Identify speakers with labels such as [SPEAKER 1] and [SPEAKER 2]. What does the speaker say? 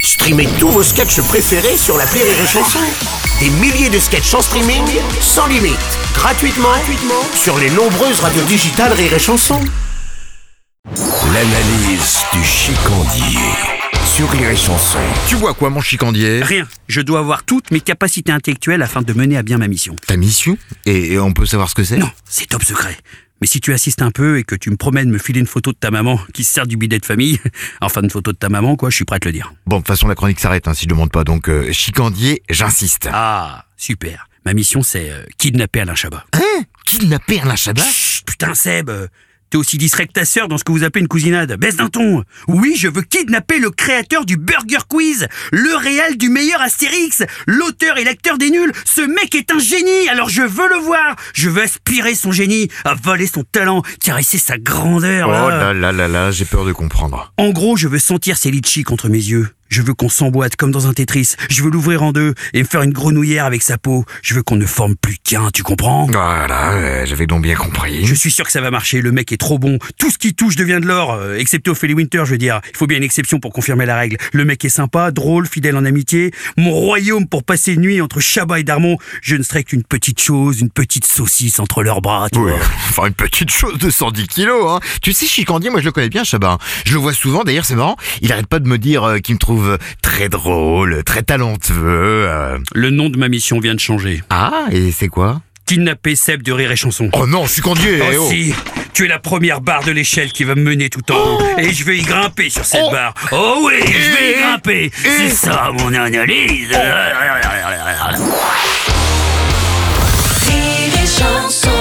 [SPEAKER 1] Streamez tous vos sketchs préférés sur la Rire et Chanson. Des milliers de sketchs en streaming, sans limite, gratuitement, gratuitement sur les nombreuses radios digitales Rire et Chanson. L'analyse du chicandier sur Rire et Chanson.
[SPEAKER 2] Tu vois quoi, mon chicandier
[SPEAKER 3] Rien. Je dois avoir toutes mes capacités intellectuelles afin de mener à bien ma mission.
[SPEAKER 2] Ta mission et, et on peut savoir ce que c'est
[SPEAKER 3] Non, c'est top secret. Mais si tu assistes un peu et que tu me promènes me filer une photo de ta maman qui se sert du bidet de famille, enfin une photo de ta maman, quoi, je suis prêt à te le dire.
[SPEAKER 2] Bon, de toute façon, la chronique s'arrête hein, si je demande pas. Donc, euh, chicandier, j'insiste.
[SPEAKER 3] Ah, super. Ma mission, c'est euh, kidnapper Alain Chabat.
[SPEAKER 2] Hein Kidnapper Alain Chabat
[SPEAKER 3] Chut, Bah, putain, Seb euh, T'es aussi distrait que ta sœur dans ce que vous appelez une cousinade. Baisse d'un ton Oui, je veux kidnapper le créateur du Burger Quiz, le réel du meilleur Astérix, l'auteur et l'acteur des nuls. Ce mec est un génie, alors je veux le voir Je veux aspirer son génie, avaler son talent, caresser sa grandeur.
[SPEAKER 2] Oh
[SPEAKER 3] là.
[SPEAKER 2] là là là là, j'ai peur de comprendre.
[SPEAKER 3] En gros, je veux sentir ses litchis contre mes yeux. Je veux qu'on s'emboîte comme dans un Tetris. Je veux l'ouvrir en deux et me faire une grenouillère avec sa peau. Je veux qu'on ne forme plus qu'un, tu comprends
[SPEAKER 2] Voilà, euh, j'avais donc bien compris.
[SPEAKER 3] Je suis sûr que ça va marcher, le mec est trop bon. Tout ce qui touche devient de l'or, euh, excepté Ophélie Winter, je veux dire. Il faut bien une exception pour confirmer la règle. Le mec est sympa, drôle, fidèle en amitié. Mon royaume pour passer une nuit entre Chabat et Darmon, je ne serais qu'une petite chose, une petite saucisse entre leurs bras, tu
[SPEAKER 2] Ouais,
[SPEAKER 3] vois.
[SPEAKER 2] enfin une petite chose de 110 kilos, hein. Tu sais, Chicandier, moi je le connais bien, Chabat. Je le vois souvent, d'ailleurs c'est marrant, il arrête pas de me dire euh, qu'il me trouve très drôle, très talentueux. euh.
[SPEAKER 3] Le nom de ma mission vient de changer.
[SPEAKER 2] Ah, et c'est quoi
[SPEAKER 3] Kidnapper Seb de Rire et Chanson.
[SPEAKER 2] Oh non, Chicandier eh
[SPEAKER 3] Oh
[SPEAKER 2] oh.
[SPEAKER 3] si, tu es la première barre de l'échelle qui va me mener tout en haut. Et je vais y grimper sur cette
[SPEAKER 2] Oh.
[SPEAKER 3] barre. Oh oui, je vais
[SPEAKER 2] Et- Oh.
[SPEAKER 3] y grimper. C'est ça mon analyse.
[SPEAKER 2] Rire et chanson.